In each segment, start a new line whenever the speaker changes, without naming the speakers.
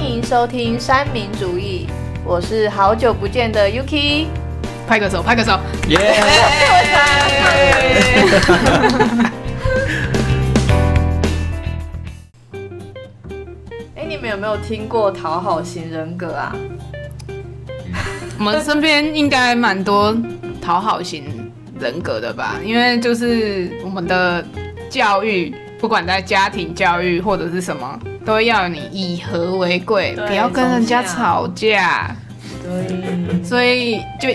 迎收听《三民主义》，我是好久不见的 Yuki。
拍个手，拍个手。
耶！
哎、你们有没有听过讨好型人格啊？
我们身边应该蛮多讨好型人格的吧？因为就是我们的教育，不管在家庭教育或者是什么，都要你以和为贵，
对
不要跟人家
总是啊
吵架，
对，
所以就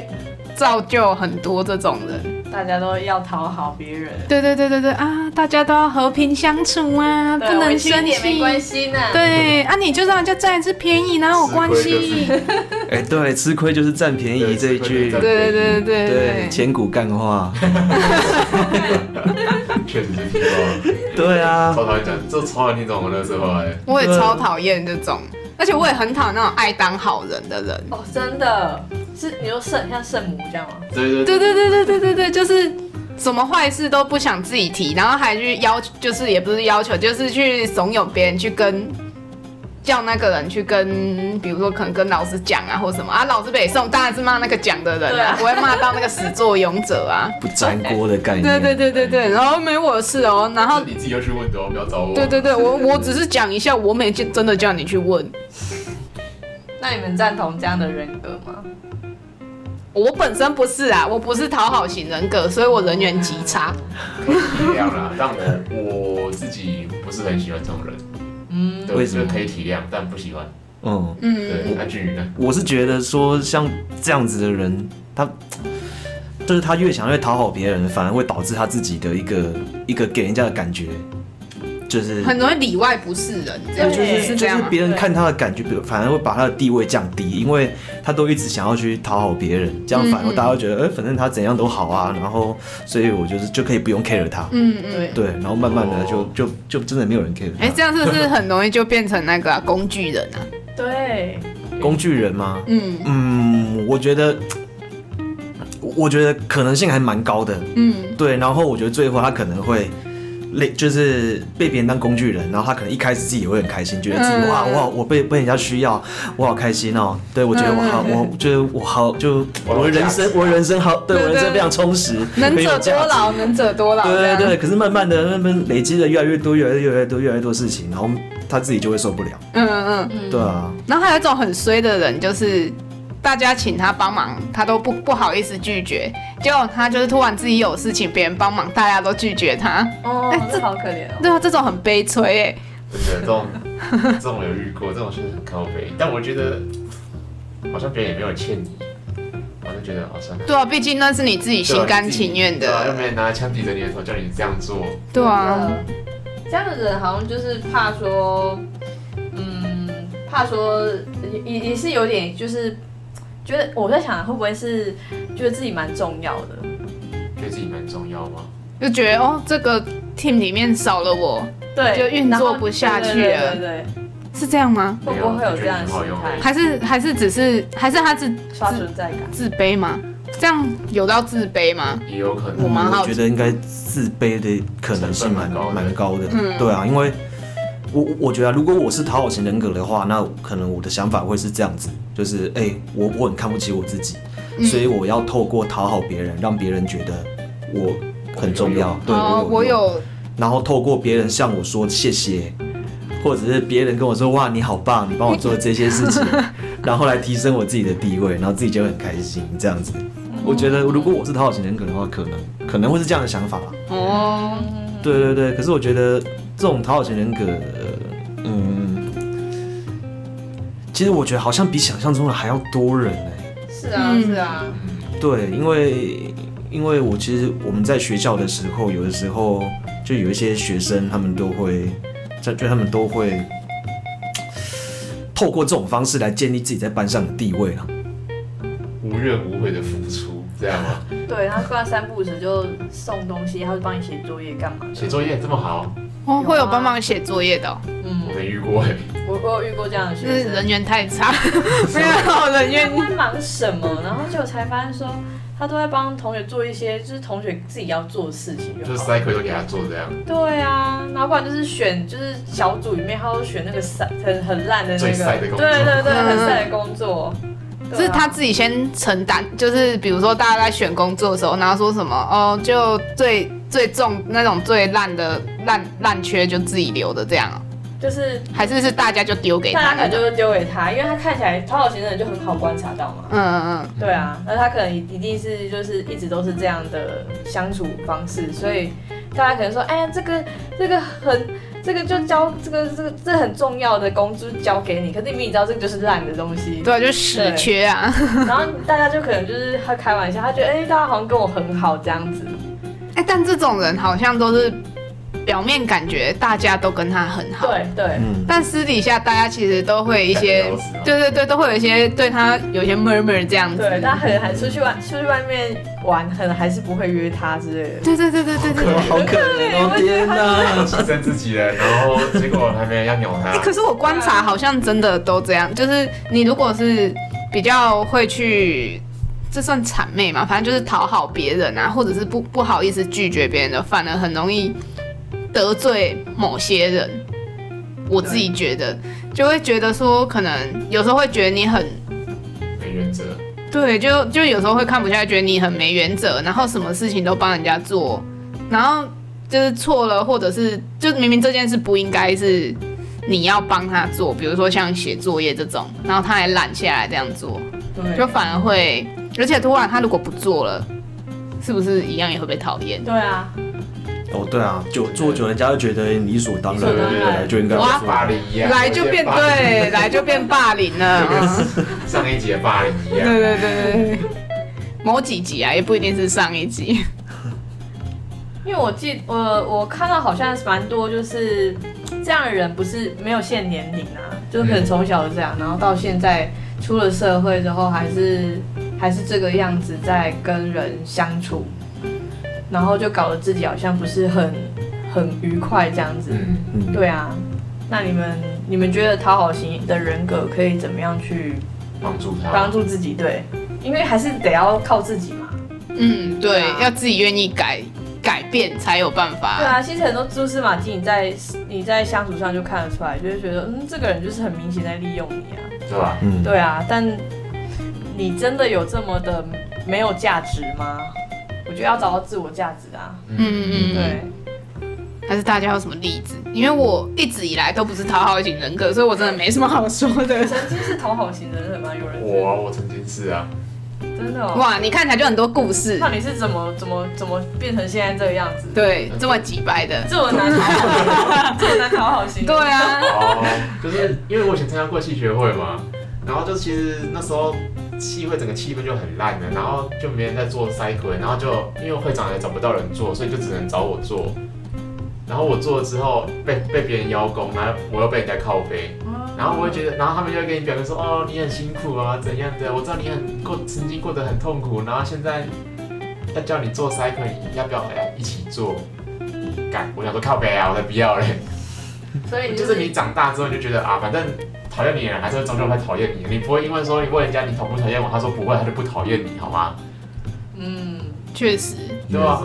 造就很多这种人。
大家都要讨好别人，
对对对对对啊！大家都要和平相处啊，
对
不
委
能
屈一
生
点没
气。
关系呢。
对啊，你就让人家占一次便宜，哪有关系
吃亏？ 哎，对，吃亏就是占便宜
对
这一句
吃亏就是占便，宜
对对对对
对，
对对，
千古干话。
确实是听过，
对啊，
超讨厌讲，就超讨厌听这种乐色话哎。
我也超讨厌这种，而且我也很讨厌那种爱当好人的人。
哦，真的是你说圣像圣母这样吗？
对
对对
对
对对对对对，就是什么坏事都不想自己提，然后还去要求，就是也不是要求，就是去怂恿别人去跟。叫那个人去跟，比如说可能跟老师讲啊，或什么啊，老师北宋当然是骂那个讲的人
对啊
啊，不会骂到那个始作俑者啊。
不粘锅的概念。
对对对对对，然后没我的事哦，然后
是你自己要去问的哦，不要找我。
对对对，我我只是讲一下，我没见真的叫你去问，
那你们赞同这样的人格吗？
我本身不是啊，我不是讨好型人格，所以我人缘极差。
体谅啦，但我我自己不是很喜欢这种人，
嗯，
对
为什么
就可以体谅，但不喜欢。
嗯，
嗯，
对，那俊宇呢？
我是觉得说像这样子的人，他就是他越想越讨好别人，反而会导致他自己的一个一个给人家的感觉，就是
很容易里外不是人，这样
对就是
是
就
这样啊
是
吗？
别人看他的感觉，比如反而会把他的地位降低，因为他都一直想要去讨好别人，这样
嗯
反而大家会觉得，哎、反正他怎样都好啊，然后所以我就是就可以不用 care 他，
嗯嗯。
对，
对，然后慢慢的就、
哦
就就真的没有人 care 他，
哎，这样是不是很容易就变成那个啊工具人啊？
对，
工具人吗？
嗯
嗯，我觉得，我觉得可能性还蛮高的，
嗯，
对，然后我觉得最后他可能会累，就是被别人当工具人，然后他可能一开始自己也会很开心，觉得自己、
嗯
哇哇我被被人家需要，我好开心哦。对，我觉得我好，我觉得我好，就我
我
的
有价
人
值
生，我人生好，对
对
我人生
对
非常充实，
能
很有
者
价
多
值
劳，能者多劳。
对
这
对对，
样，
可是慢慢的，那边累积的越来越多，越来越越来越多，越来越多事情，然后他自己就会受不了。
嗯嗯嗯。
嗯
对啊，
然后还有一种很衰的人，就是大家请他帮忙，他都不不好意思拒绝，结果他就是突然自己有事情，别人帮忙，大家都拒绝他。
哦
哎，
这好可怜哦。
对啊，这种很悲催哎、
真的这种 这种有遇过，这种是很靠背，但我觉得好像别人也没有欠你，我就觉得好像。
对啊，毕竟那是你自己心甘情愿
对啊，又
的。
没人拿枪抵着你的头叫你这样做，
对啊，
这样的人好像就是怕说，嗯，怕说也也也是有点就是觉得我在想会不会是觉得自己蛮重要的，
觉得自己蛮重要吗？
就觉得哦，这个 team 里面少了我，
对，
就运作不下去了
然后对对对
是这样吗？
对，会不会有这样的心
没有啊欸
态
我觉
还
得
是还是只是还是他自
刷存在感？
自卑吗？这样有到自卑吗？
也有可
我
能。
蛮好
觉得应该自卑的可能性蛮
成分蛮
蛮高的。
嗯
对啊，因为我我觉得啊、如果我是讨好型人格的话，那可能我的想法会是这样子，就是哎、我我很看不起我自己，
嗯
所以我要透过讨好别人，让别人觉得我很重要，对
哦，我
我用，
有，
然后透过别人向我说谢谢。或者是别人跟我说哇你好棒，你帮我做了这些事情，然后来提升我自己的地位，然后自己就会很开心这样子。我觉得如果我是讨好型人格的话，可能可能会是这样的想法吧。
哦，
对对对，可是我觉得这种讨好型人格，呃嗯，其实我觉得好像比想象中的还要多人欸呢、
是啊
嗯
是啊，
对，因为因为我其实我们在学校的时候，有的时候就有一些学生，他们都会，就就他们都会透过这种方式来建立自己在班上的地位啊。
无怨无悔的付出，这样吗？
对，他挂三不五时就送东西，他会帮你写作业干嘛的？
写作业这么好，
哦会有帮忙写作业的哦、
嗯
我，没遇过哎。
我我有遇过这样的学
就是
生，
人缘太差，没有人
因为
缘
他忙什么，然后就才发现说。他他都在帮同学做一些就是同学自己要做的事情就
就是
好了。
cycle 都给他做这样，
对啊，然后不然就是选就是小组里面，他都选那个散很很烂的那
最晒
个，
的工作
对对对，
嗯
很晒的工作。对啊
是他自己先承担，就是比如说大家在选工作的时候，然后说什么哦，就最最重那种最烂的烂烂缺就自己留的这样哦，
就是
还是是大家就丢给
大
他
家可
那
能就
种？
会丢给他，因为他看起来讨好型的人就很好观察到嘛。
嗯嗯
对啊，那他可能一定是就是一直都是这样的相处方式，所以大家可能说，哎呀，这个这个很这个就交这个这个这很重要的工资交给你，可是你明明知道这个就是烂的东西
嗯，，对啊，就屎缺啊。
然后大家就可能就是他开玩笑，他觉得哎、大家好像跟我很好这样子，
哎、但这种人好像都是表面感觉大家都跟他很好，
对对，
嗯，
但私底下大家其实都会一 些
感觉都是啊，
对对对，都会有一些对他有一些 murmur 这样子。
对，大家可能还出去玩，出去外面玩，可能还是不会约他之类的。
对对对对对对。
哇好可怜哦，天哪！
牺牲自己了，然后结果还没人要鸟
哎、
他，
可是我观察好像真的都这样，就是你如果是比较会去，这算谄媚嘛，反正就是讨好别人啊，或者是不不好意思拒绝别人的，反而很容易得罪某些人。我自己觉得，就会觉得说，可能有时候会觉得你很
没原则，
对，就就有时候会看不下去，觉得你很没原则，然后什么事情都帮人家做，然后就是错了，或者是就明明这件事不应该是你要帮他做，比如说像写作业这种，然后他还懒下来这样做，
对
就反而会，而且突然他如果不做了，是不是一样也会被讨厌？
对啊，
哦，对啊，久做久，人家就觉得理所当然，
理所当然
本来就应该
哇
做
霸凌一样，
来就变
有点霸凌 啊
对，来就变霸凌了。嗯
上一集的霸凌一
对
样，
对对对对，某几集啊，也不一定是上一集。
因为我记我我看到好像蛮多就是这样的人，不是没有限年龄啊，就是
嗯
可能从小就这样，然后到现在出了社会之后，还是还是这个样子在跟人相处，然后就搞得自己好像不是很很愉快这样子。
嗯，
嗯，
对啊，那你们你们觉得讨好型的人格可以怎么样去
帮助他，
帮助自己？对，因为还是得要靠自己嘛。
嗯，
对
对，
啊
要自己愿意改改变才有办法。
对啊，其实很多蛛丝马迹，你在你在相处上就看得出来，就会觉得，嗯，这个人就是很明显在利用你啊。
对吧？
嗯，
对啊，但你真的有这么的没有价值吗？我觉得要找到自我价值啊。
嗯嗯嗯，
对，
还是大家有什么例子？因为我一直以来都不是讨好型人格，所以我真的没什么好说的。
曾经是讨好型的人吗？有人
我啊我曾经是 啊，
是真的哦。
哇，你看起来就很多故事
那，你是怎么怎么怎么变成现在这个样子？
对，这么几百的，
这么难讨好，这么难讨好型。
对，啊，
哦，就是因为我以前参加过戏学会嘛，然后就其实那时候戏会整个气氛就很烂的，然后就没人在做 cycle，然后就因为会长也找不到人做，所以就只能找我做。然后我做了之后被被别人邀功，然后我又被人家靠背，然后我会觉得，然后他们就会跟你表明说，哦，你很辛苦啊，怎样的，我知道你很过曾经过得很痛苦，然后现在要叫你做 cycle，你要不要来一起做？干，我想说靠背啊，我才不要嘞。
所以
就是你长大之后你就觉得啊，反正讨厌你的人还是会终究会讨厌你，你不会因为说你问人家你讨不讨厌我，他说不会，他就不讨厌你，好吗？
嗯，
确实，
对吧？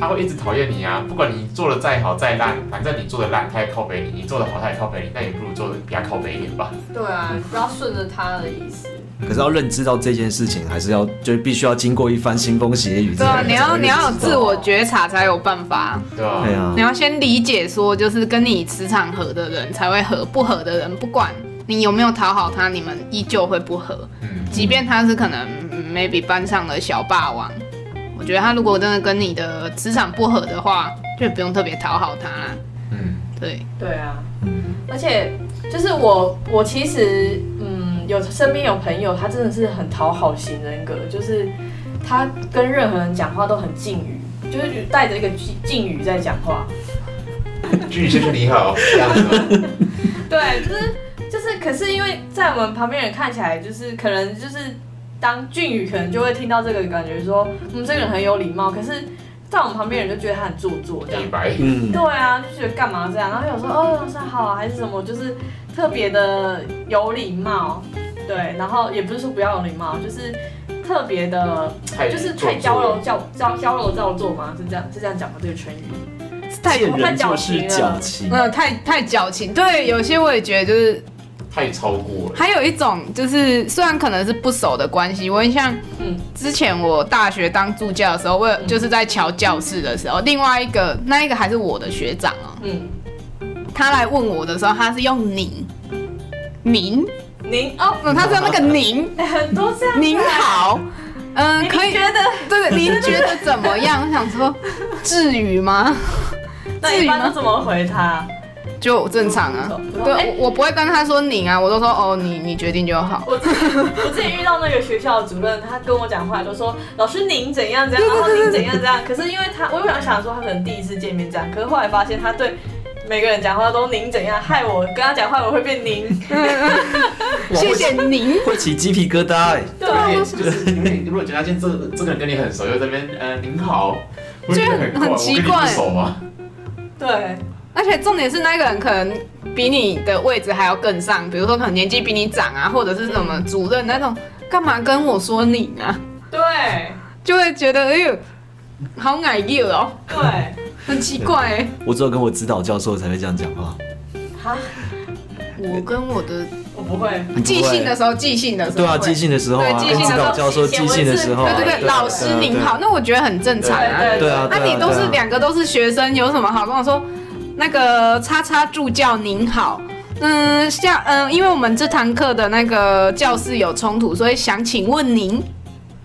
他会一直讨厌你啊，不管你做的再好再烂，反正你做的烂他也靠北你，你做的好他也靠北你，那你不如做的比他靠北一点吧。
对啊，不要顺着他的意思。
可是要认知到这件事情，还是要就必须要经过一番腥风血雨之
对
后
啊，
才能
你
认知到。
要你要有自我嗯觉察才有办法，
对吧？
对啊
你，要先理解说，就是跟你磁场合的人才会合，不合的人不管你有没有讨好他，你们依旧会不合。
嗯，
即便他是可能嗯 maybe 班上的小霸王，我觉得他如果真的跟你的磁场不合的话，就也不用特别讨好他啦。
嗯，
对，
对啊，
嗯
而且就是我，我其实嗯，有身边有朋友，他真的是很讨好型人格，就是他跟任何人讲话都很敬语，就是带着一个敬敬语在讲话。
鞠先生你好， 这样子吗，
对，就是就是，可是因为在我们旁边人看起来，就是可能就是当俊宇，可能就会听到这个感觉说，嗯，这个人很有礼貌，可是在我们旁边人就觉得他很做作这样
李。白，
嗯
对啊，就觉得干嘛这样，然后有时候哦，老师好啊，还是什么，就是特别的有礼貌，对，然后也不是说不要有礼貌，就是特别的，
太
就是太娇柔叫娇娇柔造作吗？是这样是这样讲吗？这个成语？
太
见人就
太
是
矫
矫情，
嗯，太太矫情。对，有些我也觉得就是，
太超过了。
还有一种就是，虽然可能是不熟的关系，我印象
嗯，
之前我大学当助教的时候，我有
嗯
就是在瞧教室的时候，另外一个那一个还是我的学长哦、
嗯，
他来问我的时候，他是用您您，
您哦，
嗯，他是用那个您
很多这样子啊
您，好， 嗯、
您
可以
觉，得
对，您觉得怎么样？我想说，至于吗？
那
至
一
于
般
吗
都怎么回他？
就正常啊
不错，不错哎
对，我我不会跟他说您啊，我都说哦，你你决定就好。
我之前我之前遇到那个学校的主任，他跟我讲话就说老师您怎样怎样，然后您怎样怎样。可是因为他，我本来想说他可能第一次见面这样，可是后来发现他对。每个人讲话都您怎样，害我跟他讲话我会变您，
谢谢您。
会起鸡皮疙瘩、欸。
对啊，
对，就是因为如果人家现在这这个人跟你很熟，又在那边呃您好，我觉得
就很
很
奇
奇怪，我跟你不熟吗？
对，
而且重点是那个人可能比你的位置还要更上，比如说可能年纪比你长啊，或者是什么主任那种，干嘛跟我说你啊？
对
就会觉得哎呦，好矮幼哦，
对，
很奇怪、欸。
我只有跟我指导教授才会这样讲 话。
哈，
我跟我的
我不会，
你不会
寄信的时候，寄信的时候
对
会，
啊，寄信的时候啊，
对
跟
寄信
指
的时
导
候
教授寄信的时候啊，
对对对，
对
老师您好，，那我觉得很正常啊。
对
对啊，
那、
对啊
你都
对
是
啊
两个都是学生，有什么好跟我说？那个叉叉助教您好，嗯，下嗯，因为我们这堂课的那个教室有冲突，所以想请问您，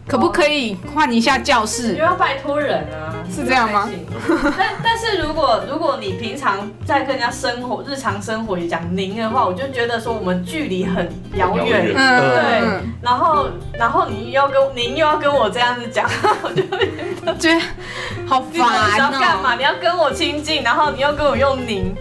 可不可以换一下教
因为
室？
要拜托人啊，
是这样吗
不太行？但但是如果如果你平常在跟人家生活、日常生活也讲您的话，我就觉得说我们距离很遥
很遥
远
远，
嗯，
对
嗯
然后，然后你又要跟您又要跟我这样子讲，我就
嗯 觉得好
你到底是要
烦
干
哦、
嘛？你要跟我亲近，然后你又跟我用您。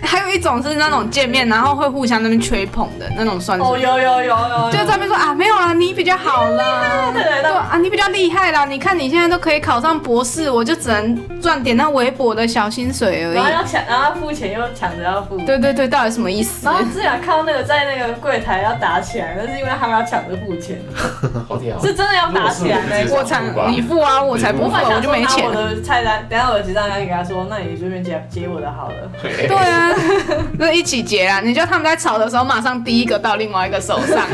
还有一种是那种见面然后会互相在那边吹捧的那种，算是。
哦，有有有有有，
嗯就在那边说啊，没有啦，你比较好啦，
对对
对啊，你比较厉害啦。你看你现在都可以考上博士，我就只能赚点那微薄的小薪水而
然后
已。
要抢，然后要付钱又抢着要付。
对对对，到底什么意思
然？后之前看到那个在那个柜台要打起来，但是因为他们要抢着付钱，
好屌哦，
是真的要打起来那
如
一
果是
种。
我才你付啊，我才不
我
付
本
啊，
来
我
想
就
说
没
拿
钱
我。的菜单，等一下我的结账单给他说，那你顺便接接我的好了。
对啊， 那一起结啊！你叫他们在吵的时候，马上第一个到另外一个手 上，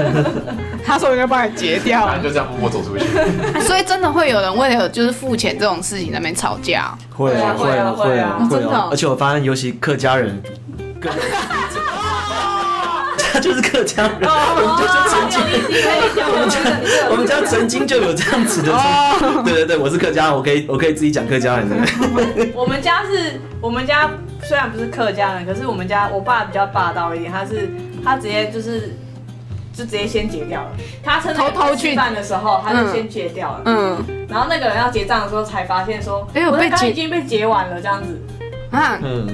他说我就帮你结掉
然。后就这样默默走出去。
所以真的会有人为了就是付钱这种事情在那边吵架。
会啊
会
会
啊
啊
会
会
啊
啊
真
会
的哦
啊！而且我发现，尤其客家 人，他就是客家人，
哦
我们就是曾经。 我们家曾经就有这样子的，
哦
对对对，我是客家人，我可以我可以自己讲客家人的，
我们家是我们家虽然不是客家人，可是我们家我爸比较霸道一点，他是他直接就是就直接先结掉了。他趁那个
偷偷去
吃饭的时候，他就先结掉了。
嗯
然后那个人要结账的时候才发现说，
哎呦
我的
被
刚
结
已经被结完了这样子。
啊，
嗯，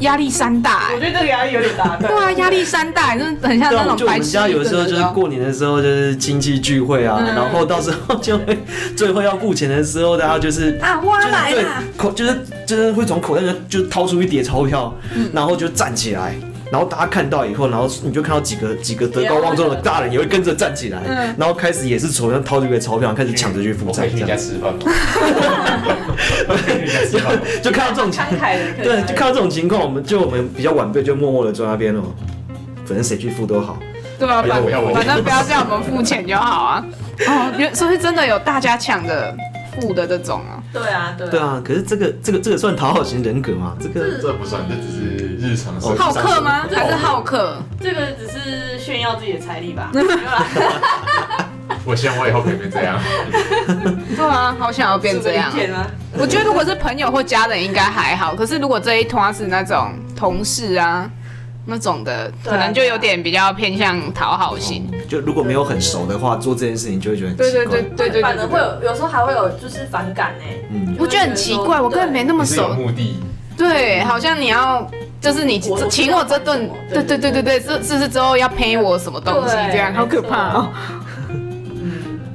压力山大哎
我。觉得这个压力有点 大。
对啊，压力山大，真的很像
对
那
啊，就
种
我
白
们
痴。
家有时候就是过年的时候就是亲戚聚会啊，
嗯
然后到时候就会 最后要付钱的时候，大家就是
啊，花
就是
来
对
啦，
口就是就是会从口袋就就掏出一叠钞票，
嗯
然后就站起来。然后大家看到以后，然后你就看到几个几个德高望重的大人也会跟着站起来，
嗯
然后开始也是手上掏出一个钞票，开始抢着去付
我可
账
以，去
这
你家
样
吃饭吗？我可以去你家吃饭吗？
就看到这种情
慷，慨的客家
对，
人，
就看到这种情况，我们就我们比较晚辈就默默的坐那边哦，反正谁去付都好，
对啊，
哎
不要不要
反
我
反正不要叫我们付钱就好啊。哦，原所以真的有大家抢着付的这种啊。
对啊对啊
对啊，可是这个这个这个算讨好型人格吗？这个
这不算，这只是日常生
好
活。
客吗？还是好客？
这个只是炫耀自己的财力 吧。没有啦
我希望我以后可以变这样。
对啊，好想要变这样
什么意。见啊？
我觉得如果是朋友或家人应该还好，可是如果这一团是那种同事啊那种的，
对啊
可能就有点比较偏向讨好型。
哦就如果没有很熟的话，做这件事情就会觉得很奇
对
怪。
对对对对
反
对
正会
对。
有，有时候还会有就是反感哎、
嗯
我觉得很奇怪，我根本 没那么
你是有
熟，
目的，
对，好像你要就是你
我
请我这顿
我，知道
对对对对对，这这是之后要赔我什么东西，
对
这样好可怕哦。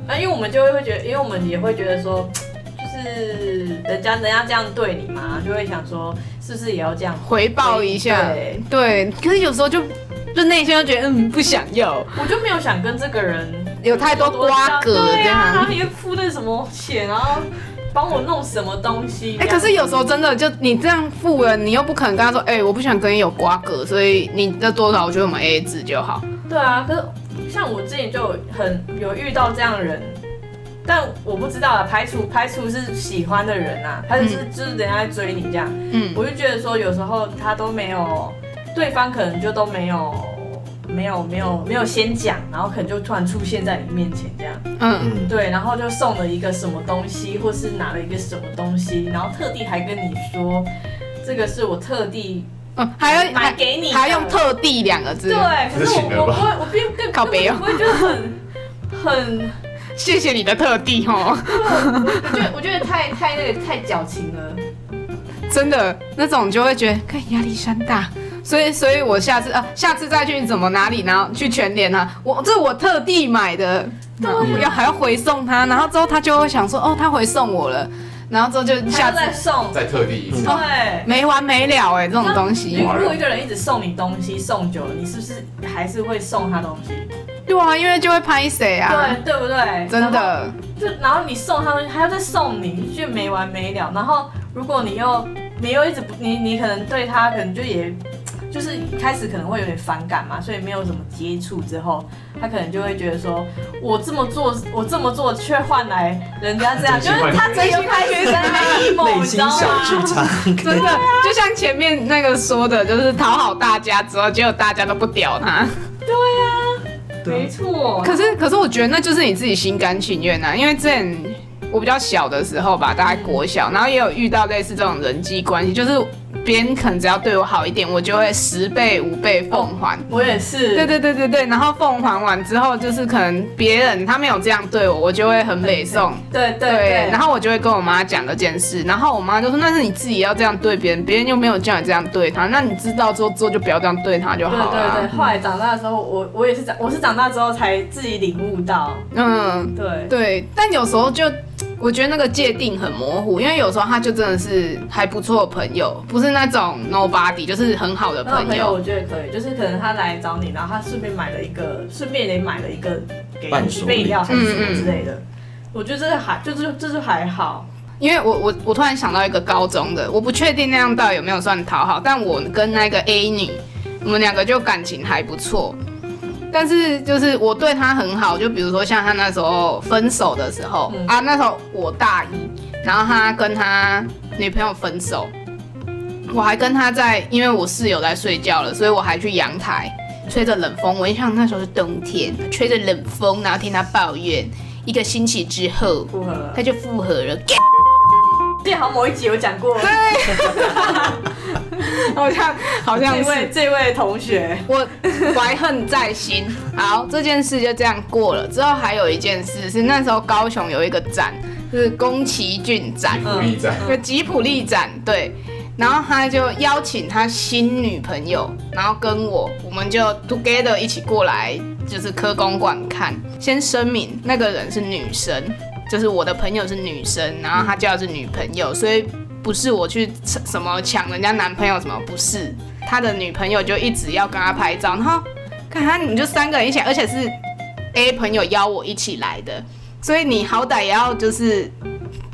那因为我们就会觉得，因为我们也会觉得说，就是人家人家这样对你嘛，就会想说，是不是也要这样？
回报一下，
对，
对，可是有时候就就内心就觉得嗯不想要，
我就没有想跟这个人
有太多瓜葛
对啊
这
呀、然
样
后。你又付那什么钱，然后帮我弄什么东西？
哎、
这样
可是有时候真的就你这样付了，你又不可能跟他说，哎、我不想跟你有瓜葛，所以你这多少，我觉得我们 A A 制就好。
对啊，可是像我之前就有很有遇到这样的人，但我不知道啊，排除排除是喜欢的人啊，他就是、就是人家在追你这样，
嗯，
我就觉得说有时候他都没有，对方可能就都没有没有没有没有先讲，然后可能就突然出现在你面前这样，
嗯，
嗯，
对，然后就送了一个什么东西，或是拿了一个什么东西，然后特地还跟你说这个是我特地
嗯，还要
买啊
还
给你的，
还用特地两个字，
对，可是我我不会，我并更
靠北哦
我会觉得很 很，
谢谢你的特地哦，
我觉得我觉得太太那个太矫情了。
真的那种就会觉得看压力山大。所以，所以我下次啊，下次再去怎么哪里，然后去全联啊，我这我特地买的，然后
啊
要还要回送他，然后之后他就会想说，哦，他回送我了，然后之后就
还要
下
再
次
送，
再特地一
嗯
次，
对。
没完没了哎、这种东
如
西，
哇
果一个人一直送你东西，送久了，你是不是还是会送他东西？
对啊，因为就会拍谁啊，
对对不对？
真的，
就然后你送他东西，还要再送你，就没完没了。然后如果你又你又一直不你你可能对他可能就也就是开始可能会有点反感嘛，所以没有什么接触之后，他可能就会觉得说我这么做我这么做却换来人家这样，就
真心
是
换
他真心开始在那边 emo，
内
你
心
知道
小剧
吗？
场，
真的，就像前面那个说的，就是讨好大家之后，结果大家都不屌他。
没
对，啊
错，
可是，可是我觉得那就是你自己心甘情愿啊，因为之前我比较小的时候吧，大概国小，然后也有遇到类似这种人际关系，就是别人可能只要对我好一点，我就会十倍、五倍奉还。
我也是，
对对对对对，然后奉还完之后，就是可能别人他没有这样对我，我就会很美颂。
对对
对
对，，
然后我就会跟我妈讲这件事，然后我妈就说：“那是你自己要这样对别人，别人又没有叫你这样对他，那你知道之后之后就不要这样对他就
对
好啊嗯了。”
对对，后来长大的时候，我我也是长，我是长大之后才自己领悟到，
嗯，
对，
对，但有时候就我觉得那个界定很模糊，因为有时候他就真的是还不错的朋友，不是那种 nobody，就是很好的
那种
朋
哦朋友
友。
我觉得可以，就是可能他来找你，然后他顺便买了一个，顺便也买了一个给
伴
你
手
一杯饮料还是什么
礼嗯
之类的。我觉得这个还就是就是还好，
因为我我我突然想到一个高中的，我不确定那样到底有没有算讨好，但我跟那个 A 女，我们两个就感情还不错。但是就是我对她很好，就比如说像她那时候分手的时候、
嗯
啊，那时候我大一，然后她跟她女朋友分手，我还跟她在，因为我室友在睡觉了，所以我还去阳台吹着冷风。我印象那时候是冬天，吹着冷风，然后听她抱怨。一个星期之后，
不合了。
她就复合了。
记得好像某一集有讲 过，
好像好像
这位
是
这位同学，
我怀恨在心。 好，这件事就这样过了。之后还有一件事是那时候高雄有一个展，就是宫崎骏展，
鼓励在
有吉普力展，对。然后他就邀请他新女朋友，然后跟我，我们就 together 一起过来，就是科公馆看。先声明，那个人是女生，就是我的朋友是女生，然后他叫的是女朋友，所以不是我去什么抢人家男朋友什么，不是他的女朋友就一直要跟他拍照，然后看他你们就三个人一起来，而且是 A 朋友邀我一起来的，所以你好歹也要就是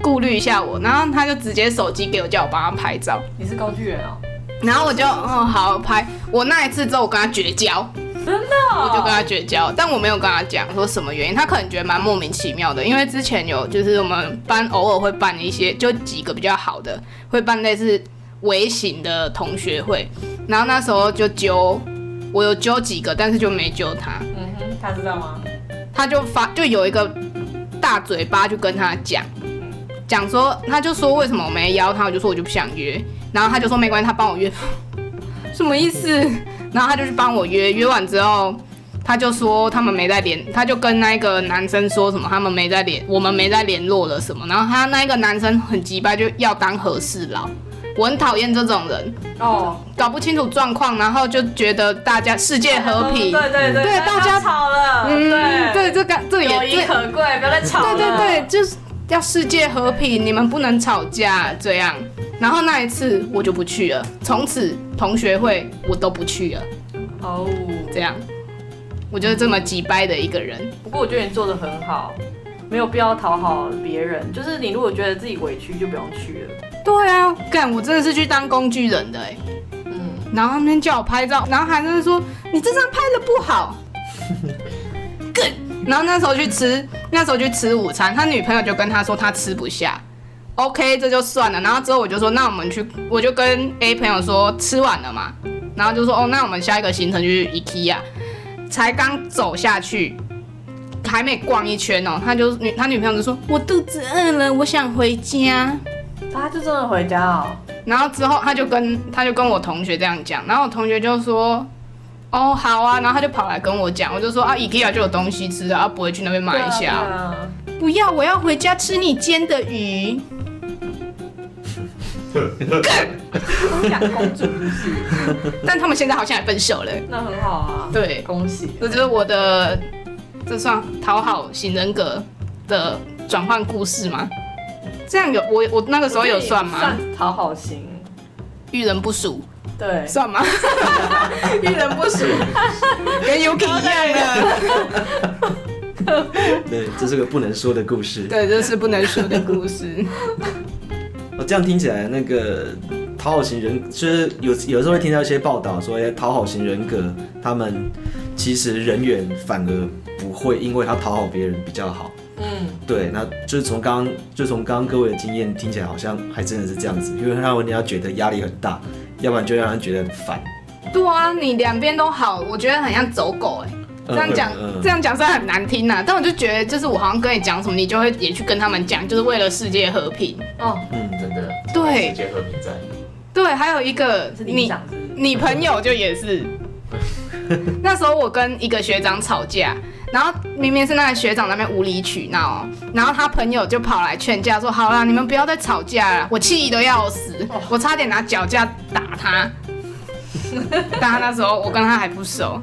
顾虑一下我，然后他就直接手机给我，叫我帮他拍照，
你是工具人哦，
然后我就嗯好拍，我那一次之后我跟他绝交，
真的哦，
我就跟他绝交，但我没有跟他讲说什么原因，他可能觉得蛮莫名其妙的，因为之前有就是我们班偶尔会办一些，就几个比较好的会办类似微型的同学会，然后那时候就揪我有揪几个，但是就没揪他，
嗯哼，他知道吗？
他就发就有一个大嘴巴就跟他讲，讲说他就说为什么我没邀他，我就说我就不想约，然后他就说没关系，他帮我约， 什么意思？然后他就去帮我约，约完之后。他就说他们没在联，他就跟那个男生说什么他们没在联，我们没在联络了什么。然后他那个男生很急掰，就要当和事佬，我很讨厌这种人，
哦，
搞不清楚状况，然后就觉得大家世界和平。
对对嗯对，
对
不要
大家
吵了，
嗯，
哦对
对，这感这个也
友谊
这
可贵，不要再吵了，
对对对，就是要世界和平，你们不能吵架这样。然后那一次我就不去了，从此同学会我都不去了，
哦，
这样。我就是这么急掰的一个人。
不过我觉得你做的很好，没有必要讨好别人。就是你如果觉得自己委屈，就不用去了。
对啊，干我真的是去当工具人的哎、
嗯，
然后他们叫我拍照，然后还在那说你这张拍的不好，滚！然后那时候去吃，那时候去吃午餐，他女朋友就跟他说他吃不下，OK，这就算了。然后之后我就说那我们去，我就跟 A 朋友说吃完了嘛，然后就说哦，那我们下一个行程就去 IKEA。才刚走下去，还没逛一圈哦，他就女他女朋友就说我肚子饿了，我想回家。
他就真的回家哦。
然后之后他就跟他就跟我同学这样讲，然后我同学就说：“哦，好啊。”然后他就跑来跟我讲，我就说：“啊，IKEA 就有东西吃的，啊，不会去那边买一
对
下。
啊对啊
不要，我要回家吃你煎的鱼。
我想公主，
但他们现在好像也分手了。
那很好啊。
对，
恭喜。
这就是我的，这算讨好型人格的转换故事吗？这样有我我那个时候有算吗？
算讨好型。
遇人不淑
对，
算吗？ 遇人不淑，跟 Yuki 一样的。
对，这是个不能说的故事。
对，这是不能说的故事。
我哦这样听起来，那个讨好型人，就是有有时候会听到一些报道说，哎，讨好型人格，他们其实人缘反而不会，因为他讨好别人比较好。
嗯，
对，那就是从刚刚，就从刚刚各位的经验听起来，好像还真的是这样子，因为他们要觉得压力很大，要不然就让人觉得很烦。
对啊，你两边都好，我觉得很像走狗哎、这样讲，
嗯嗯
这样讲虽然很难听呐、啊但我就觉得，就是我好像跟你讲什么，你就会也去跟他们讲，就是为了世界和平。
哦，
嗯，
真的，
对
世界和平在。
对，还有一个
是理
你
想是不是
你朋友就也 是，那时候我跟一个学长吵架，然后明明是那个学长在那边无理取闹、哦，然后他朋友就跑来劝架说：“好啦，你们不要再吵架了，我气得要死，
哦
我差点拿脚架打他。” 但他那时候我跟他还不熟，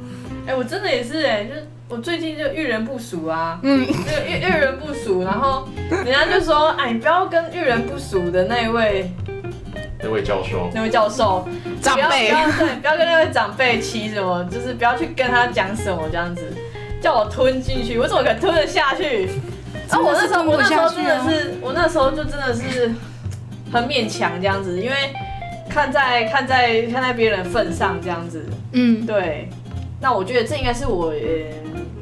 哎、我真的也是哎、就是我最近就遇人不淑啊，
嗯，
就遇遇人不淑，然后人家就说，哎，你不要跟遇人不淑的那一位
那位教授，
那位教授
长
不要
辈
不要对，不要跟那位长辈起什么，就是不要去跟他讲什么这样子，叫我吞进去，我怎么可能吞得下去？然后啊哦我那时候，我那
啊
时候真的是，我那时候就真的是很勉强这样子，因为看在看在看在别人的份上这样子，
嗯，
对，那我觉得这应该是我，呃，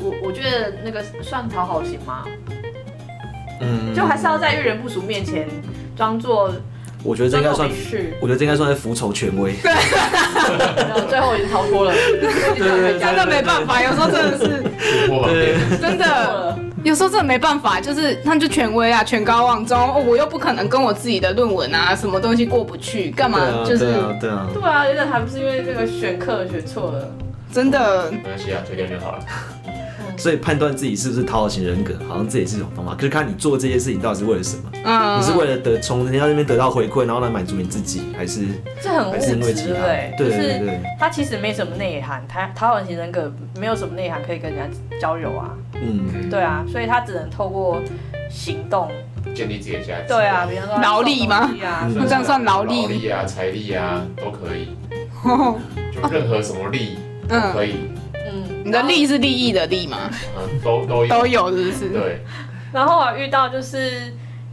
我我觉得那个算讨好型吗？
嗯
就还是要在遇人不淑面前装作
我觉得这
装
应
作
该算
没，事，
我觉得这应该算是服从权威。
然后最后已经逃 脱了，对
真的没办法，有时候真的是
突破盲点，
真的，
了。
有时候真的没办法，就是他们就权威啊，权高望重、哦我又不可能跟我自己的论文啊什么东西过不去，干嘛？
对啊，
就是
对啊，对啊。
对啊，而且还不是因为这个选课选错了，
真的，
没关系啊，推掉就好了。
所以判断自己是不是讨好型人格，好像这也是一种方法。可是看你做这些事情到底是为了什么？
嗯，
你是为了得从人家那边得到回馈，然后来满足你自己，还是
这
哦
很
还
物
是
质，
因为其
对不
他？对
就
对
是
对，
他其实没什么内涵，他讨好型人格没有什么内涵可以跟人家交流啊，
嗯，
对啊，所以他只能透过行动，
建立自己的价值。
对啊，比方说他
劳力吗
送东西啊
嗯
什么
这样算劳力
劳力啊，财力啊，都可以，
哦
就任何什么力都
嗯，
啊
可以，
嗯，
你的利是利益的利吗？
嗯，都都有。
都有，是不是？
对，
然后我遇到就是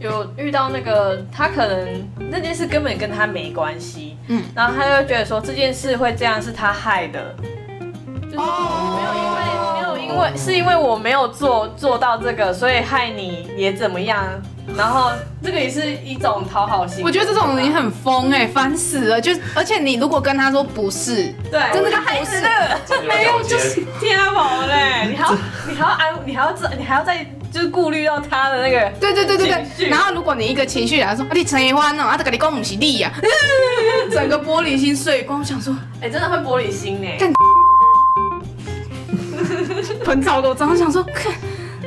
有遇到那个他可能那件事根本跟他没关系，
嗯
嗯，然后他就觉得说这件事会这样是他害的，就是没有因为没有因
哦
为是因为我没有做做到这个，所以害你也怎么样，然后这个也是一种讨好型，
我觉得这种人很疯哎、烦死了！就而且你如果跟他说不是，
对，
真的
他
就
害
不是
死了。
没有
就是天毛嘞，你还要你还要安，你还要这，你还要再就是顾虑到他的那个，
对对对对
情
对。
绪
然后如果你一个情绪来说，啊你陈一欢哦，啊这 个你讲不是你呀、整个玻璃心碎光。我想说，
哎、真的会玻璃心呢。
喷超多张，我想说，看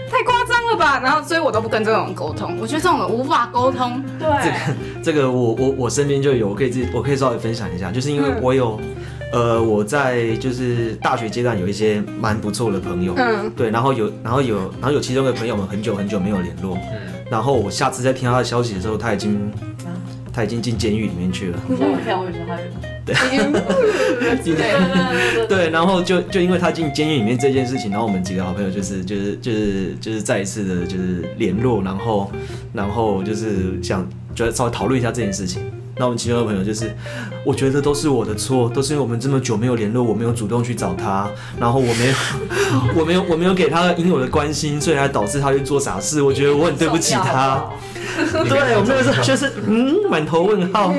太夸张了吧。然后所以我都不跟这种人沟通，我觉得这种人无法沟通。
对，
这个我我我身边就有，我可以自己我可以稍微分享一下，就是因为
嗯
我有，呃，我在就是大学阶段有一些蛮不错的朋友，
嗯
对，然后有然后有然后有其中一个朋友们很久很久没有联络，
嗯，
然后我下次再听到他的消息的时候，他已经
啊
他已经进监狱里面去了。
吓我一跳，我以为是他
已经之类的。
对
对，然后就就因为他进监狱里面这件事情，然后我们几个好朋友就是就是就是就是再一次的就是联络，然后然后就是想就稍微讨论一下这件事情。那我们其中的朋友就是，我觉得都是我的错，都是因为我们这么久没有联络，我没有主动去找他，然后我没有我没有我没有给他应有的关心，所以才导致他去做傻事。我觉得我很对不起他。对，我们那个时候就是嗯，满头问号，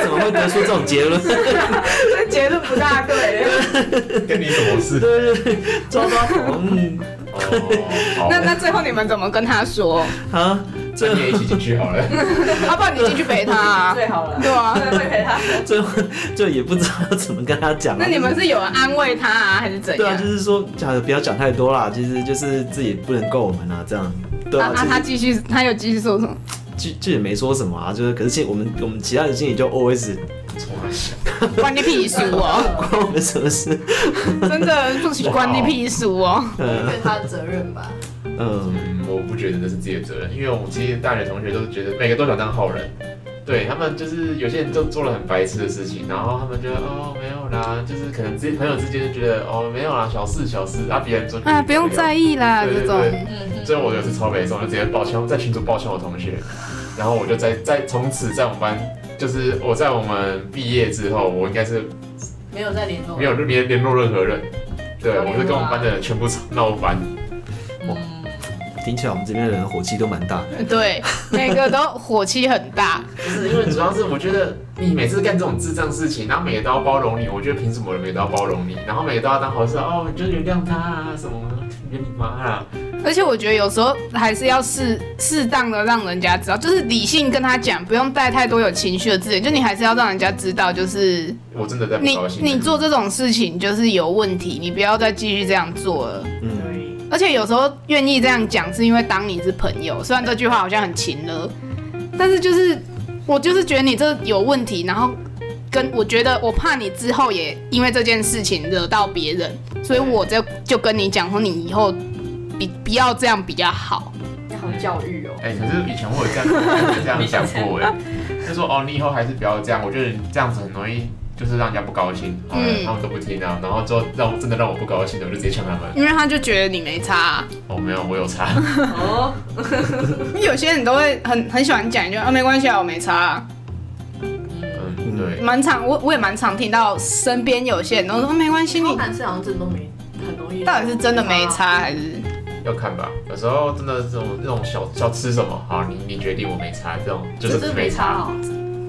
怎么会得出这种结论？
这结论不 大对。
跟你什么事？
对对对，抓抓头，嗯
哦，好
那那最后你们怎么跟他 说？
啊，
那
最
你也一起进去好了。
要不然你进去陪他啊？
最好了，
对啊。
对，会陪他。
最后就也不知道怎么跟他讲、啊。
那你们是有人安慰他啊，还是怎
对啊，
样？
就是说讲的不要讲太多啦，其实就是自己不能够我们啊，这样。对
啊
啊，
啊，
其
他
实
继续，他有继续说什么？
就就也没说什么啊，就是可是其实我们我们其他人心里就 always
啊
关你屁事哦！
关我们什么事？
真的不许关你屁事哦！
嗯
对他的责任吧。
嗯，
嗯，我不觉得那是自己的责任，因为我们这些大学同学都觉得每个都想当好人，对他们就是有些人就做了很白痴的事情，然后他们觉得哦没有啦，就是可能自己朋友之间就觉得哦没有啦，小事小事，啊别人说
哎，不用在
意。
意啦，这
对对
种。
嗯，
所以我有一次超北宋，就直接抱枪在群组抱枪我同学，然后我就在在从此在我们班，就是我在我们毕业之后，我应该是
没有再联络。
没有联联络任何人，对
没有
我是跟我们班的人全部闹翻，
嗯，
听起来我们这边的人火气都蛮大。
对，每个都火气很大。
就是因为主要是我觉得你每次干这种智障事情，然后每个都要包容你，我觉得凭什么每个都要包容你，然后每个都要当好事哦，你就原谅他啊什么，原你妈啊，
而且我觉得有时候还是要适适当的让人家知道，就是理性跟他讲，不用带太多有情绪的字眼，就你还是要让人家知道，就是
我真的在不
你
高兴。欸
你做这种事情就是有问题，你不要再继续这样做了。
嗯，
对，
而且有时候愿意这样讲，是因为当你是朋友，虽然这句话好像很勤了，但是就是我就是觉得你这有问题，然后跟我觉得我怕你之后也因为这件事情惹到别人，所以我就就跟你讲说，你以后比不要这样比较好。
要好教育哦。
哎、可是以前我有这样这样想过哎，就说哦，你以后还是不要这样，我觉得你这样子很容易就是让人家不高兴，好了
嗯
他们都不听啊，然后之后让我真的让我不高兴的，我就直接呛他们。
因为他就觉得你没差啊、
哦，没有，我有差，
哦，
因为有些人都会很很喜欢讲一句啊，没关系啊，我没差、啊。
嗯，对，
蛮常我我也蛮常听到身边有些人都说、啊没关系，
你
你
男生好像真的都没很容易。
到底是真的没差还是？
要看吧。有时候真的这种这种小小吃什么，好，你你决定我没差，这种就
这
是
真
没
没差
差，
哦。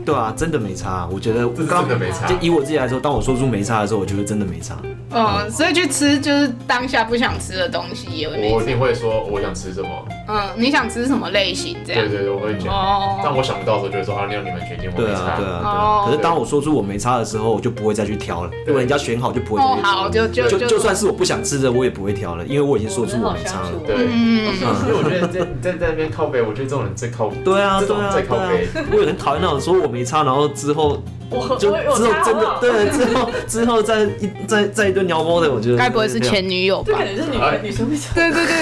对啊，真的没差啊、我觉得
这是
刚
真的没差。
就以我自己来说，当我说出没差的时候，我觉得真的没差。
嗯，所以去吃就是当下不想吃的东西也会
我
没
一
差。
定会说我想吃什么，
嗯，你想吃什么类型这样
对？对对，我会讲。但
啊哦，
我想不到的时候，就会说啊，让你们决定，我
对
没
啊，
差
对。啊，对
哦
啊。可是当我说出我没差的时候，我就不会再去挑了，因为人家选好就不会再
哦
去，挑
好，
了。
就就
就就算是我不想吃的，我也不会挑了，因为我已经说出我没差了。
对，因
嗯，
啊
为我觉得在你在在那边靠背，我觉得这种人最靠，
对啊，
这
对
种
啊，
最靠
对
背
啊。我也很讨厌那种说我没差，然后之后
我
就
我
之
有
后
差好
真
不
的
好？
对，之后之后再一再再一顿鸟摸的，我觉得
该不会是前女友
这
吧
可？能是女
哎
生女生会讲。
对对对，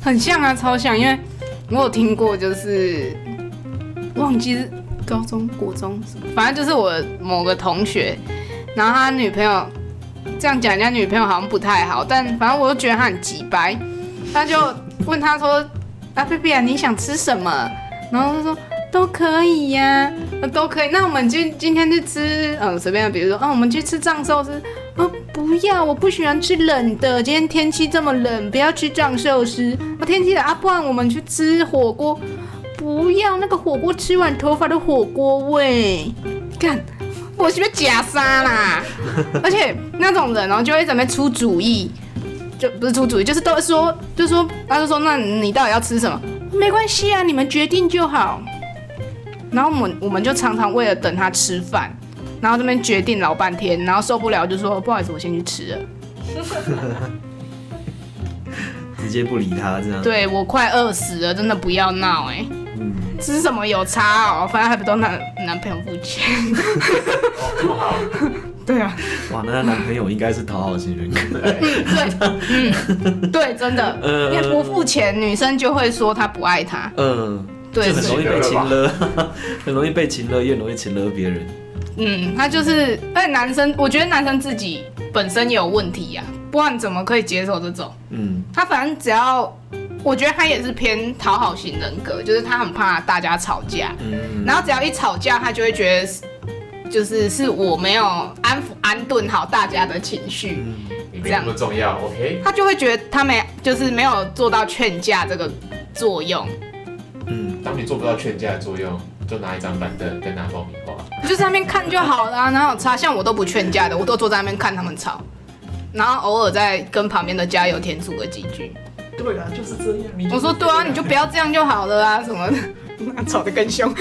很像啊，超像，因为我有听过，就是忘记是高中、国中什么，反正就是我某个同学，然后他女朋友这样讲，人家女朋友好像不太好，但反正我就觉得他很急白，他就问他说：“啊，贝贝啊，你想吃什么？”然后他说。都可以呀、呃都可以。那我们今今天去吃，嗯，随便，比如说，啊，我们去吃藏寿司，啊，不要，我不喜欢吃冷的。今天天气这么冷，不要吃藏寿司。啊，天气冷啊，不然我们去吃火锅。不要，那个火锅吃完头发的火锅味。干，我是不是假杀啦？而且那种人哦，就会准备出主意，就不是出主意，就是都会说，就说，他就说，那你到底要吃什么？没关系啊，你们决定就好。然后我们我们就常常为了等他吃饭，然后这边决定老半天，然后受不了就说不好意思，我先去吃了。
嗯直接不理他这样。
对我快饿死了，真的不要闹哎、
嗯，
吃什么有差哦，反正还不都男男朋友付 钱。
哦，这么好，
对啊，
哇，那她男朋友应该是讨好型人格。
哎
呃
对，嗯，对，真的，因为不付钱，女生就会说她不爱他。
嗯，
对
就，很容易被情勒， 很容易被情勒，也很容易情勒别人。
嗯，他就是，而且男生，我觉得男生自己本身也有问题呀、不然怎么可以接受这种？
嗯，
他反正只要，我觉得他也是偏讨好型人格，就是他很怕大家吵架，
嗯
然后只要一吵架，他就会觉得是就是是我没有安抚安顿好大家的情绪，
你没那么重要，OK？
他就会觉得他没就是没有做到劝架这个作用，
嗯，
当你做不到劝架的作用，就拿一张板凳跟拿爆米花。
你就在那边看就好啦，哪有差？像我都不劝架的，我都坐在那边看他们吵，然后偶尔再跟旁边的加油添醋个几句。
对啊，就是这样。你
我说对啊，你就不要这样就好了啊，什么的， 那吵得更凶。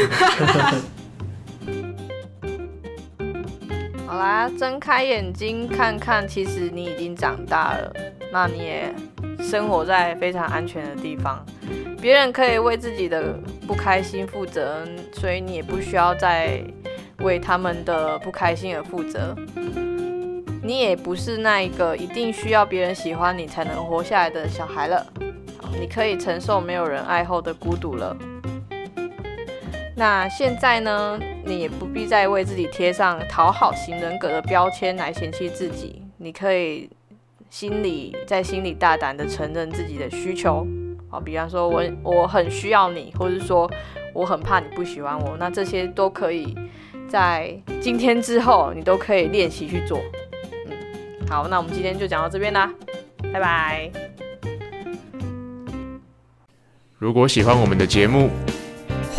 好啦，睁开眼睛看看，其实你已经长大了，那你也生活在非常安全的地方，别人可以为自己的不开心负责，所以你也不需要再为他们的不开心而负责。你也不是那一个一定需要别人喜欢你才能活下来的小孩了，好你可以承受没有人爱后的孤独了。那现在呢，你也不必再为自己贴上讨好型人格的标签来嫌弃自己，你可以心里在心里大胆的承认自己的需求。好，比方说我我很需要你，或者说我很怕你不喜欢我，那这些都可以在今天之后，你都可以练习去做。嗯，好，那我们今天就讲到这边啦，拜拜。
如果喜欢我们的节目，